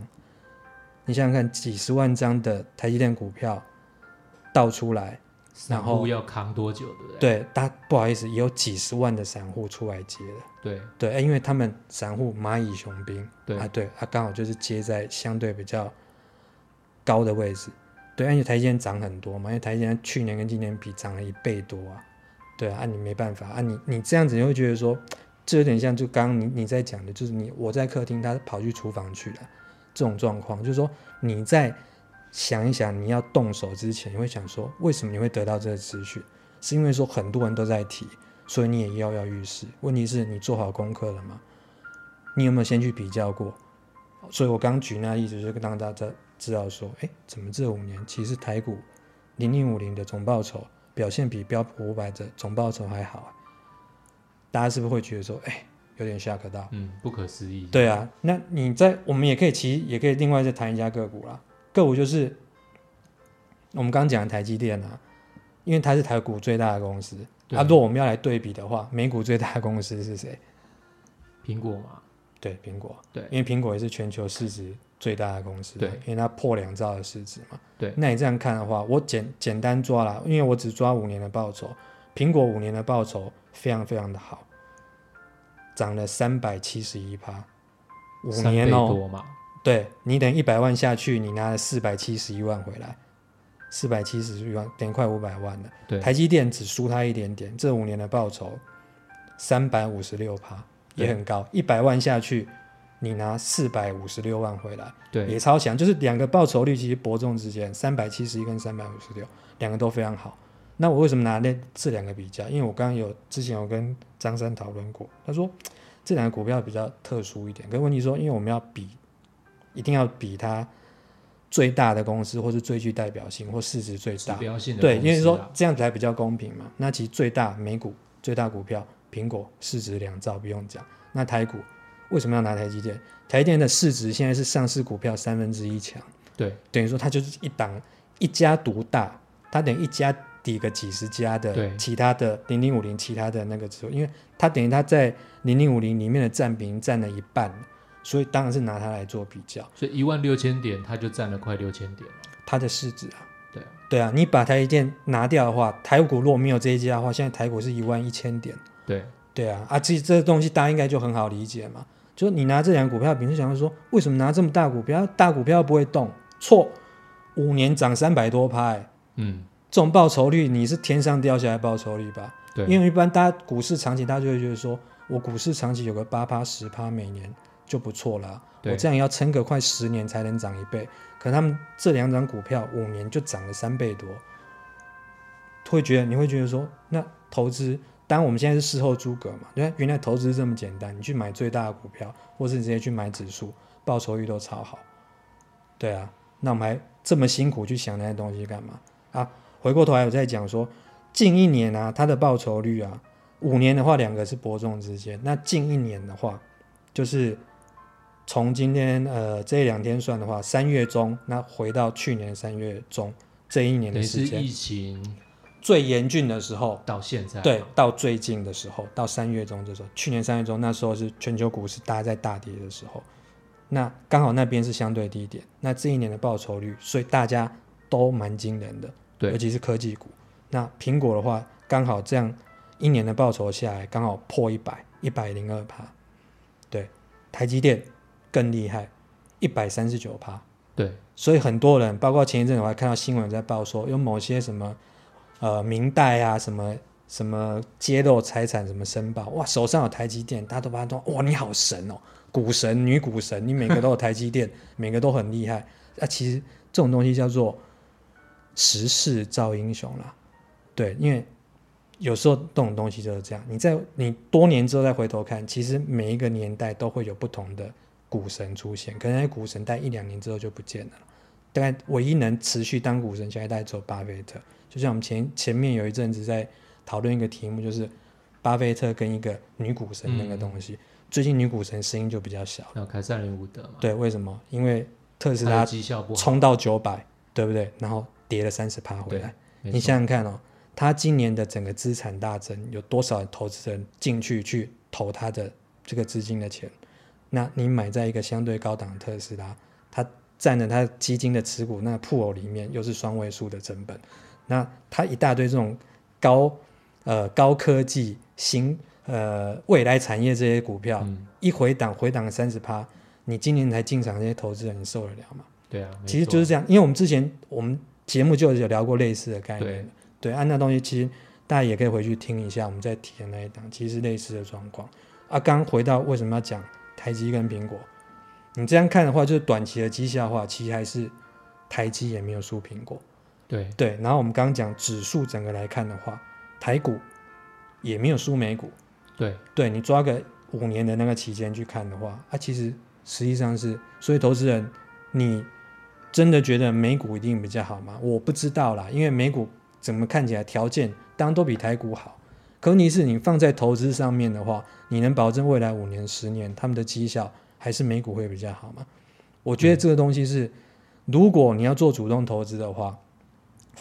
Speaker 4: 你想想看，几十万张的台积电股票。倒出来，然
Speaker 3: 散
Speaker 4: 后
Speaker 3: 户要扛多久，对不对？
Speaker 4: 对，大不好意思，也有几十万的散户出来接了。
Speaker 3: 对
Speaker 4: 对，哎因为他们散户蚂蚁雄兵，
Speaker 3: 对
Speaker 4: 啊，对，他刚好就是接在相对比较高的位置。对，因为台积电涨很多嘛，因为台积电去年跟今年比涨了一倍多啊。对啊，啊你没办法啊，你你这样子你会觉得说，这有点像就刚刚你你在讲的，就是你我在客厅，他跑去厨房去了，这种状况，就是说你在想一想你要动手之前，你会想说，为什么你会得到这个资讯？是因为说很多人都在提，所以你也跃跃欲试。问题是你做好功课了吗？你有没有先去比较过？所以我刚举那例子，就是让大家知道说，哎，怎么这五年其实台股零零五零的总报酬表现比标普五百的总报酬还好啊？大家是不是会觉得说，哎，有点吓到？
Speaker 3: 嗯，不可思议。
Speaker 4: 对啊，那你在我们也可以其实也可以另外再谈一家个股啦。个股就是我们刚讲的台积电啊，因为它是台股最大的公司。
Speaker 3: 对
Speaker 4: 啊，如果我们要来对比的话，美股最大的公司是谁？
Speaker 3: 苹果嘛，
Speaker 4: 对，苹果。
Speaker 3: 对
Speaker 4: 因为苹果也是全球市值最大的公司嘛。
Speaker 3: 对
Speaker 4: 因为它破两兆的市值嘛。
Speaker 3: 对
Speaker 4: 那你这样看的话，我简简单抓啦，因为我只抓五年的报酬，苹果五年的报酬非常非常的好，涨了三百七十一趴，五
Speaker 3: 三
Speaker 4: 年
Speaker 3: 倍
Speaker 4: 哦、
Speaker 3: 多嘛，
Speaker 4: 对你等一百万下去，你拿了四百七十一万回来，四百七十一万等于快五百万了。
Speaker 3: 对
Speaker 4: 台积电只输它一点点，这五年的报酬三百五十六趴，也很高。一百万下去，你拿四百五十六万回来，也
Speaker 3: 对
Speaker 4: 超强。就是两个报酬率其实伯仲之间，三百七十一跟三百五十六，两个都非常好。那我为什么拿那这两个比较？因为我刚刚有之前有跟张三讨论过，他说这两个股票比较特殊一点。可是问题说，因为我们要比，一定要比它最大的公司，或是最具代表性，或市值最
Speaker 3: 指
Speaker 4: 大。
Speaker 3: 标性的
Speaker 4: 对，因
Speaker 3: 公司
Speaker 4: 为说
Speaker 3: 啊
Speaker 4: 这样子还比较公平嘛。那其实最大美股最大股票苹果市值两兆，不用讲。那台股为什么要拿台积电？台积电的市值现在是上市股票三分之一强，
Speaker 3: 对
Speaker 4: 等于说它就是一档一家独大，它等于一家抵个几十家的
Speaker 3: 对
Speaker 4: 其他的零零五零其他的那个指数，因为它等于它在零零五零里面的占比已经占了一半了，所以当然是拿它来做比较，
Speaker 3: 所以一万六千点，它就占了快六千点了。
Speaker 4: 它的市值啊。
Speaker 3: 对啊，
Speaker 4: 对啊，你把台积电拿掉的话，台股如果没有这一家的话，现在台股是一万一千点。
Speaker 3: 对
Speaker 4: 对啊，啊，这这东西大家应该就很好理解嘛。就你拿这两股票比，你就想说，为什么拿这么大股票？大股票不会动？错，五年涨三百多趴、欸，
Speaker 3: 嗯，
Speaker 4: 这种报酬率你是天上掉下来的报酬率吧？
Speaker 3: 对，
Speaker 4: 因
Speaker 3: 为
Speaker 4: 为一般大家股市长期，大家就会觉得说，我股市长期有个八趴十趴每年就不错啦，
Speaker 3: 对
Speaker 4: 我这样也要撑个快十年才能涨一倍。可他们这两张股票五年就涨了三倍多，会觉得你会觉得说，那投资，当然我们现在是事后诸葛嘛，对，原来投资是这么简单，你去买最大的股票，或是你直接去买指数，报酬率都超好。对啊，那我们还这么辛苦去想那些东西干嘛啊？回过头来我再讲说，近一年啊，它的报酬率啊，五年的话两个是伯仲之间，那近一年的话，就是从今天呃这两天算的话，三月中那回到去年三月中这一年
Speaker 3: 等
Speaker 4: 的
Speaker 3: 于
Speaker 4: 时
Speaker 3: 是
Speaker 4: 间
Speaker 3: 疫情
Speaker 4: 最严峻的时候，
Speaker 3: 到现在，
Speaker 4: 对，到最近的时候，到三月中的时候，去年三月中那时候是全球股市大家在大跌的时候，那刚好那边是相对低点，那这一年的报酬率，所以大家都蛮惊人的，
Speaker 3: 对
Speaker 4: 尤其是科技股。那苹果的话，刚好这样一年的报酬下来，刚好破一百，一百零二趴，对，台积电更厉害，一百三十九趴，
Speaker 3: 对
Speaker 4: 所以很多人，包括前一阵子我还看到新闻在报说，有某些什么呃明代啊，什么什么揭露财产什么申报，哇，手上有台积电，大家都把它当哇，你好神哦，股神 女股神，你每个都有台积电，每个都很厉害。那、其实这种东西叫做时势造英雄啦。对，因为有时候这种东西就是这样，你在你多年之后再回头看，其实每一个年代都会有不同的股神出现，可能那些股神待一两年之后就不见了。大概唯一能持续当股神下一代只有巴菲特。就像我们前前面有一阵子在讨论一个题目，就是巴菲特跟一个女股神那个东西。最近女股神声音就比较小了，
Speaker 3: 还有凯撒琳伍德嘛，
Speaker 4: 对，为什么？因为特斯
Speaker 3: 他
Speaker 4: 拉
Speaker 3: 的绩效不好，
Speaker 4: 冲到九百，对不对？然后跌了三十趴回
Speaker 3: 对
Speaker 4: 来。
Speaker 3: 没
Speaker 4: 你
Speaker 3: 错
Speaker 4: 想想看哦，他今年的整个资产大增，有多少投资人进去去投他的这个资金的钱？那你买在一个相对高档的特斯拉，它占了它基金的持股，那铺偶里面又是双位数的成本，那它一大堆这种高呃高科技新呃未来产业这些股票，
Speaker 3: 嗯
Speaker 4: 一回档回档三十趴，你今年才进场，这些投资人你受得了吗？
Speaker 3: 对啊，没
Speaker 4: 其实
Speaker 3: 错
Speaker 4: 就是这样，因为我们之前我们节目就有聊过类似的概念
Speaker 3: 对
Speaker 4: 了，对，按、啊、那东西其实大家也可以回去听一下我们在提的那一档，其实是类似的状况。啊，刚回到为什么要讲台积跟苹果，你这样看的话，就是短期的绩效的话，其实还是台积也没有输苹果，
Speaker 3: 对
Speaker 4: 对。然后我们刚刚讲指数整个来看的话，台股也没有输美股，
Speaker 3: 对
Speaker 4: 对你抓个五年的那个期间去看的话，啊，其实实际上是，所以投资人，你真的觉得美股一定比较好吗？我不知道啦，因为美股怎么看起来条件当然都比台股好，可问题是你放在投资上面的话，你能保证未来五年、十年他们的绩效还是美股会比较好吗？我觉得这个东西是，如果你要做主动投资的话，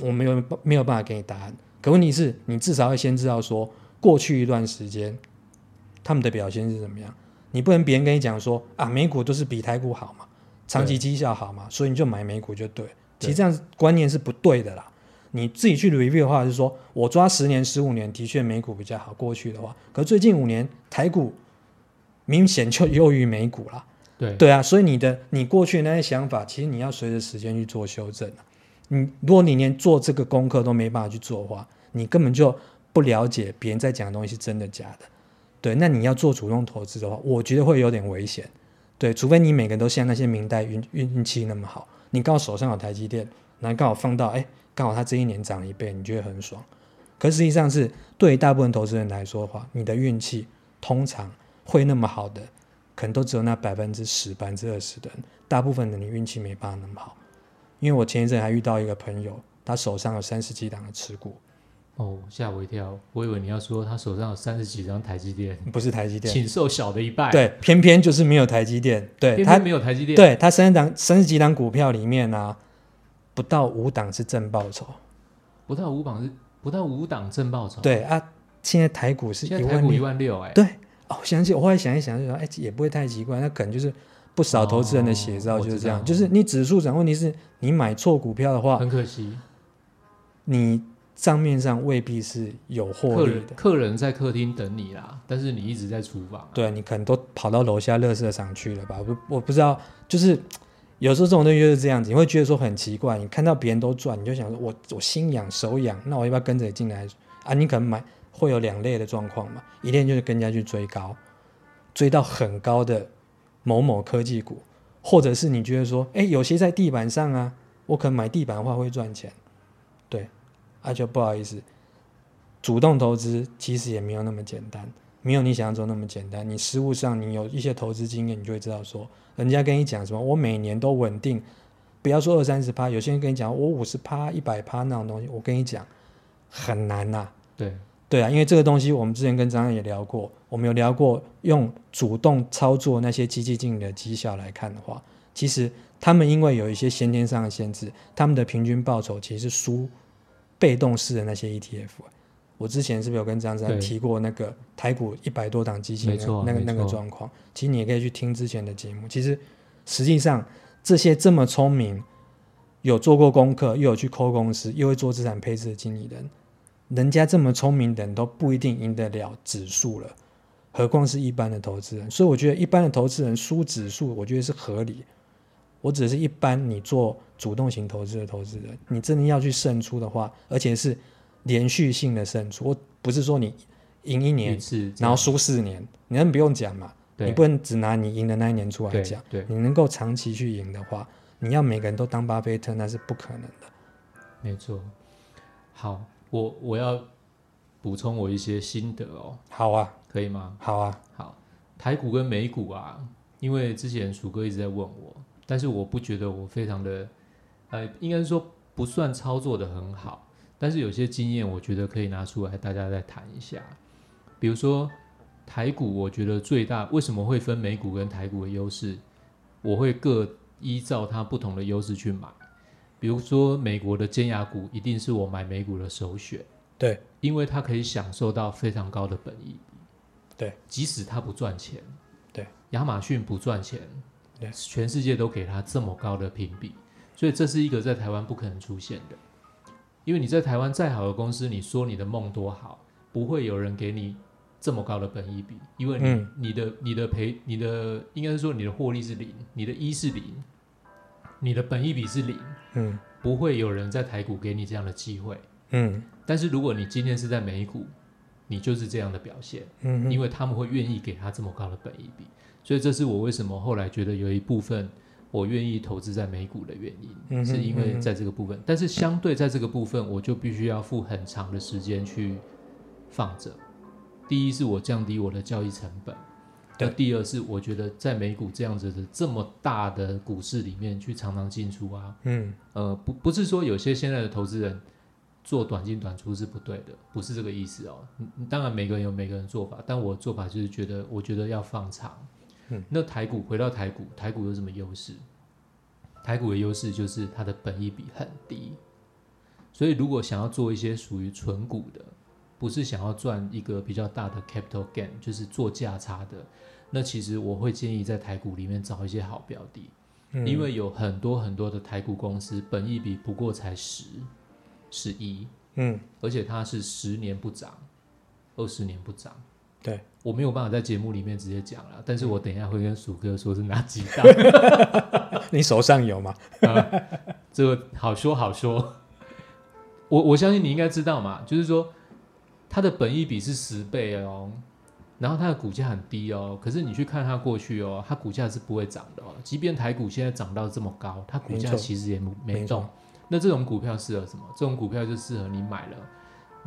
Speaker 4: 我没有没有办法给你答案。可问题是你至少要先知道说，过去一段时间他们的表现是怎么样。你不能别人跟你讲说啊，美股都是比台股好嘛，长期绩效好嘛，所以你就买美股就对。其实这样观念是不对的啦。你自己去 review 的话，是说我抓十年、十五年，的确美股比较好。过去的话，可最近五年台股明显就优于美股啦。
Speaker 3: 对
Speaker 4: 对啊，所以你的你过去的那些想法，其实你要随着时间去做修正啊。你如果你连做这个功课都没办法去做的话，你根本就不了解别人在讲的东西是真的假的。对，那你要做主动投资的话，我觉得会有点危险。对，除非你每个人都像那些明代运运运气那么好，你刚好手上有台积电，然后刚好放到哎，刚好它这一年涨了一倍，你觉得很爽。可实际上是对于大部分投资人来说的话，你的运气通常会那么好的，可能都只有那百分之十、百分之二十的人，大部分的你运气没办法那么好。因为我前一阵还遇到一个朋友，他手上有三十几档的持股，
Speaker 3: 哦，吓我一跳，我以为你要说他手上有三十几张台积电，
Speaker 4: 不是台积电，
Speaker 3: 请受小的一半，，
Speaker 4: 对，偏偏就是没有台积电，对
Speaker 3: 偏
Speaker 4: 他
Speaker 3: 偏没有台积电，
Speaker 4: 对他三十档三十几档股票里面呢、不到五档是正报酬。
Speaker 3: 不到五榜是不到五档正报酬，，
Speaker 4: 对啊，现在台股是
Speaker 3: 现
Speaker 4: 一
Speaker 3: 在台股
Speaker 4: 万
Speaker 3: 一
Speaker 4: 六，
Speaker 3: 万六，哎，
Speaker 4: 对哦，我想起我后来想一想，就说哎，也不会太奇怪，那可能就是不少投资人的写照
Speaker 3: 哦
Speaker 4: 就是这
Speaker 3: 我
Speaker 4: 样，
Speaker 3: 知
Speaker 4: 就
Speaker 3: 道
Speaker 4: 是你指数涨，问题是你买错股票的话，
Speaker 3: 很可惜，
Speaker 4: 你账面上未必是有获
Speaker 3: 客
Speaker 4: 利
Speaker 3: 人
Speaker 4: 的。
Speaker 3: 客人在客厅等你啦，但是你一直在厨房啊，
Speaker 4: 对你可能都跑到楼下垃圾场去了吧？我不我不知道，就是有时候这种东西就是这样子，你会觉得说很奇怪，你看到别人都赚，你就想说我我心痒手痒，那我要不要跟着进来啊？你可能买会有两类的状况嘛，一类就是跟人家去追高，追到很高的某某科技股，或者是你觉得说，哎，有些在地板上啊，我可能买地板的话会赚钱，对，啊就不好意思，主动投资其实也没有那么简单。没有你想象中那么简单。你实物上你有一些投资经验，你就会知道说，人家跟你讲什么，我每年都稳定，不要说二三十趴，有些人跟你讲我五十趴、一百趴那种东西，我跟你讲很难呐、
Speaker 3: 对，
Speaker 4: 对啊，因为这个东西我们之前跟张亮也聊过，我们有聊过用主动操作那些基金经理的绩效来看的话，其实他们因为有一些先天上的限制，他们的平均报酬其实是输被动式的那些 ETF。我之前是不是有跟张三
Speaker 3: 对
Speaker 4: 提过那个台股一百多档基金
Speaker 3: 没错
Speaker 4: 那个那个
Speaker 3: 没错
Speaker 4: 状况？其实你也可以去听之前的节目。其实实际上这些这么聪明、有做过功课、又有去抠公司、又会做资产配置的经理人，人家这么聪明的人都不一定赢得了指数了，何况是一般的投资人。所以我觉得一般的投资人输指数，我觉得是合理。我只是一般你做主动型投资的投资人，你真的要去胜出的话，而且是连续性的胜出，我不是说你赢一
Speaker 3: 一
Speaker 4: 年
Speaker 3: 次这
Speaker 4: 然
Speaker 3: 样，
Speaker 4: 后输四年，你能不用讲嘛？
Speaker 3: 对
Speaker 4: 你不能只拿你赢的那一年出来
Speaker 3: 对
Speaker 4: 讲，
Speaker 3: 对
Speaker 4: 你能够长期去赢的话，你要每个人都当巴菲特那是不可能的。
Speaker 3: 没错。好，我我要补充我一些心得哦，
Speaker 4: 好啊，
Speaker 3: 可以吗？
Speaker 4: 好啊，
Speaker 3: 好，台股跟美股啊，因为之前鼠哥一直在问我，但是我不觉得我非常的，呃，应该是说不算操作的很好，但是有些经验我觉得可以拿出来大家再谈一下。比如说台股，我觉得最大为什么会分美股跟台股的优势，我会各依照它不同的优势去买。比如说美国的尖牙股一定是我买美股的首选，
Speaker 4: 对
Speaker 3: 因为它可以享受到非常高的本益比。
Speaker 4: 对，
Speaker 3: 即使它不赚钱，
Speaker 4: 对，
Speaker 3: 亚马逊不赚钱，
Speaker 4: 对
Speaker 3: 全世界都给它这么高的评比，所以这是一个在台湾不可能出现的。因为你在台湾再好的公司，你说你的梦多好，不会有人给你这么高的本益比，因为你、
Speaker 4: 嗯
Speaker 3: 你的你的赔你的应该是说你的获利是零，你的一是零，你的本益比是零，
Speaker 4: 嗯
Speaker 3: 不会有人在台股给你这样的机会。
Speaker 4: 嗯
Speaker 3: 但是如果你今天是在美股，你就是这样的表现。
Speaker 4: 嗯哼，
Speaker 3: 因为他们会愿意给他这么高的本益比，所以这是我为什么后来觉得有一部分我愿意投资在美股的原因，
Speaker 4: 嗯哼
Speaker 3: 是因
Speaker 4: 嗯
Speaker 3: 为
Speaker 4: 哼
Speaker 3: 在这个部分。但是相对在这个部分，我就必须要付很长的时间去放着。第一是我降低我的交易成本，那
Speaker 4: 对
Speaker 3: 第二是我觉得在美股这样子的这么大的股市里面去常常进出啊，
Speaker 4: 嗯
Speaker 3: 呃，不不是说有些现在的投资人做短进短出是不对的，不是这个意思哦。嗯嗯当然每个人有每个人做法，但我做法就是觉得，我觉得要放长。
Speaker 4: 嗯，
Speaker 3: 那台股回到台股，台股有什么优势？台股的优势就是它的本益比很低，所以如果想要做一些属于纯股的，不是想要赚一个比较大的 capital gain，就是做价差的，那其实我会建议在台股里面找一些好标的。
Speaker 4: 嗯
Speaker 3: 因为有很多很多的台股公司本益比不过才十、十一，
Speaker 4: 嗯
Speaker 3: 而且它是十年不涨，二十年不涨。
Speaker 4: 对，嗯
Speaker 3: 我没有办法在节目里面直接讲了，但是我等一下会跟鼠哥说是哪几档，
Speaker 4: 你手上有吗？
Speaker 3: 这个好说好说。 我我相信你应该知道嘛，就是说它的本益比是十倍哦，然后它的股价很低哦，可是你去看它过去哦，它股价是不会涨的哦，即便台股现在涨到这么高，它股价
Speaker 4: 没错
Speaker 3: 其实也没
Speaker 4: 没错
Speaker 3: 动。那这种股票适合什么？这种股票就适合你买了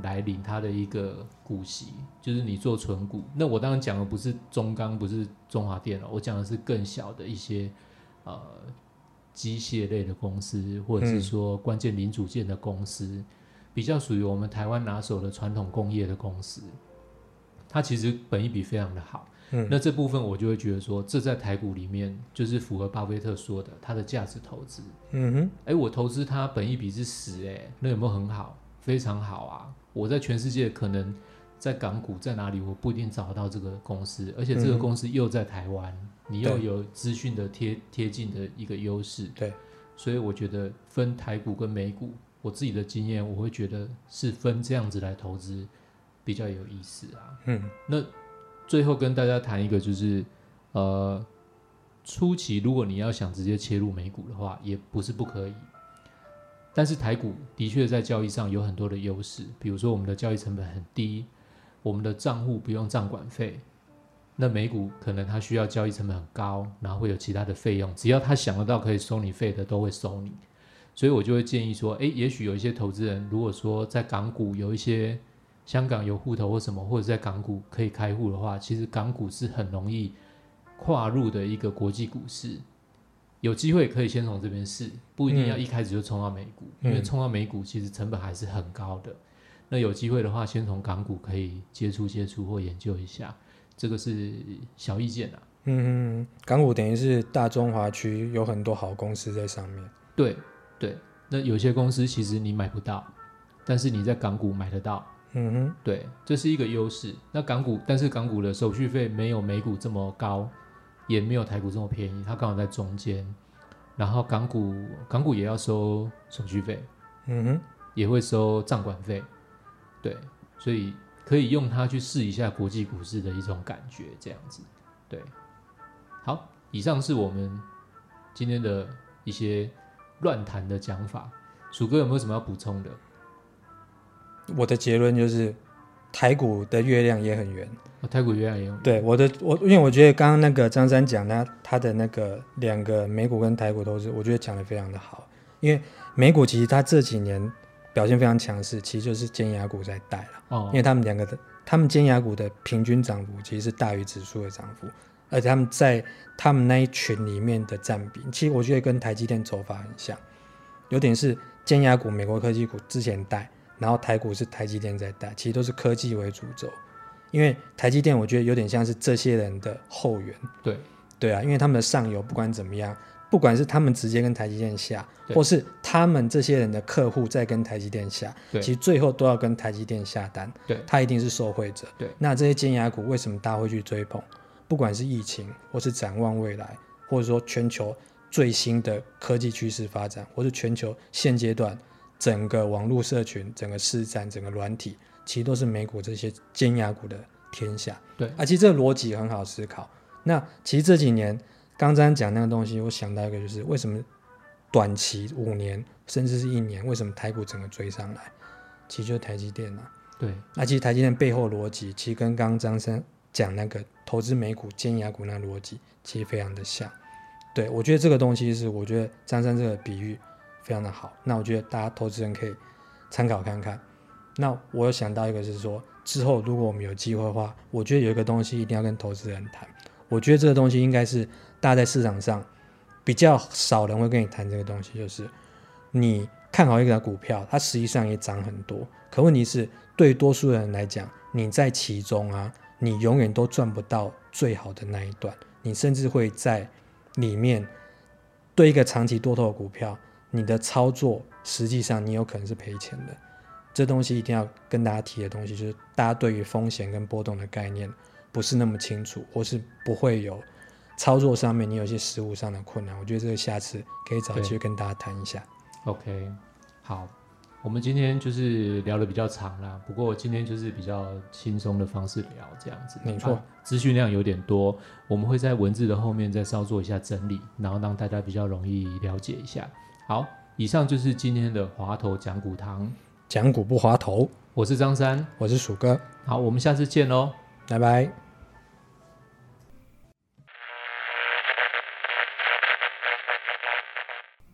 Speaker 3: 来领它的一个股息，就是你做存股。那我当然讲的不是中钢，不是中华电了，我讲的是更小的一些呃机械类的公司，或者是说关键零组件的公司，比较属于我们台湾拿手的传统工业的公司，它其实本益比非常的好。
Speaker 4: 嗯
Speaker 3: 那这部分我就会觉得说，这在台股里面就是符合巴菲特说的它的价值投资。
Speaker 4: 嗯哼，
Speaker 3: 哎，我投资它本益比是十，哎，那有没有很好？非常好啊！我在全世界可能在港股在哪里，我不一定找得到这个公司，而且这个
Speaker 4: 嗯
Speaker 3: 公司又在台湾，你又
Speaker 4: 对
Speaker 3: 有资讯的贴贴近的一个优势，
Speaker 4: 对，
Speaker 3: 所以我觉得分台股跟美股，我自己的经验，我会觉得是分这样子来投资比较有意思啊。
Speaker 4: 嗯
Speaker 3: 最后跟大家谈一个，就是呃，初期如果你要想直接切入美股的话，也不是不可以。但是台股的确在交易上有很多的优势，比如说我们的交易成本很低，我们的账户不用账管费。那美股可能它需要交易成本很高，然后会有其他的费用，只要他想得到可以收你费的，都会收你。所以我就会建议说，诶，也许有一些投资人，如果说在港股有一些香港有户头或什么，或者在港股可以开户的话，其实港股是很容易跨入的一个国际股市。有机会可以先从这边试，不一定要一开始就冲到美股，因为
Speaker 4: 嗯
Speaker 3: 冲到美股其实成本还是很高的。那有机会的话，先从港股可以接触接触或研究一下，这个是小意见啊。
Speaker 4: 嗯嗯，嗯港股等于是大中华区有很多好公司在上面。
Speaker 3: 对对，那有些公司其实你买不到，但是你在港股买得到，
Speaker 4: 嗯哼，
Speaker 3: 对，这是一个优势。那港股，但是港股的手续费没有美股这么高，也没有台股这么便宜，它刚好在中间。然后港股，港股也要收手续费，
Speaker 4: 嗯哼，
Speaker 3: 也会收账管费，对，所以可以用它去试一下国际股市的一种感觉，这样子，对。好，以上是我们今天的一些乱谈的讲法。鼠哥有没有什么要补充的？
Speaker 4: 我的结论就是，台股的月亮也很圆。
Speaker 3: 哦、台股原来也有，
Speaker 4: 对我的我，因为我觉得刚刚那个张三讲他他的那个两个美股跟台股都是，我觉得讲的非常的好。因为美股其实它这几年表现非常强势，其实就是尖牙股在带了，
Speaker 3: 哦
Speaker 4: 因为他们两个的，他们尖牙股的平均涨幅其实是大于指数的涨幅，而且他们在他们那一群里面的占比，其实我觉得跟台积电走法很像，有点是尖牙股美国科技股之前带，然后台股是台积电在带，其实都是科技为主轴，因为台积电我觉得有点像是这些人的后援，
Speaker 3: 对
Speaker 4: 对啊，因为他们的上游不管怎么样，不管是他们直接跟台积电下，
Speaker 3: 对
Speaker 4: 或是他们这些人的客户在跟台积电下，
Speaker 3: 对
Speaker 4: 其实最后都要跟台积电下单，
Speaker 3: 对
Speaker 4: 他一定是受惠者。
Speaker 3: 对
Speaker 4: 那这些尖牙股为什么大家会去追捧？不管是疫情，或是展望未来，或者说全球最新的科技趋势发展，或是全球现阶段整个网络社群、整个市占、整个软体，其实都是美股这些尖牙股的天下。
Speaker 3: 对
Speaker 4: 啊，其实这个逻辑很好思考。那其实这几年刚刚讲那个东西，我想到一个，就是为什么短期五年甚至是一年，为什么台股整个追上来，其实就是台积电啊。
Speaker 3: 对
Speaker 4: 那其实台积电背后逻辑，其实跟刚刚张生讲那个投资美股、尖牙股那逻辑，其实非常的像。对我觉得这个东西是，我觉得张生这个比喻非常的好。那我觉得大家投资人可以参考看看。那我有想到一个是说，之后如果我们有机会的话，我觉得有一个东西一定要跟投资人谈。我觉得这个东西应该是大家在市场上比较少人会跟你谈这个东西，就是你看好一个股票，它实际上也涨很多，可问题是对多数人来讲，你在其中啊，你永远都赚不到最好的那一段，你甚至会在里面对一个长期多头的股票，你的操作实际上你有可能是赔钱的。这东西一定要跟大家提的东西，就是大家对于风险跟波动的概念不是那么清楚，或是不会有操作上面你有一些实物上的困难。我觉得这个下次可以找
Speaker 3: 对
Speaker 4: 机会跟大家谈一下。
Speaker 3: OK，好，我们今天就是聊的比较长啦，不过我今天就是比较轻松的方式聊这样子，
Speaker 4: 没错
Speaker 3: 啊，资讯量有点多，我们会在文字的后面再稍做一下整理，然后让大家比较容易了解一下。好，以上就是今天的华头讲股堂，
Speaker 4: 讲股不滑头，
Speaker 3: 我是张三，
Speaker 4: 我是鼠哥，
Speaker 3: 好，我们下次见喽。
Speaker 4: 拜拜。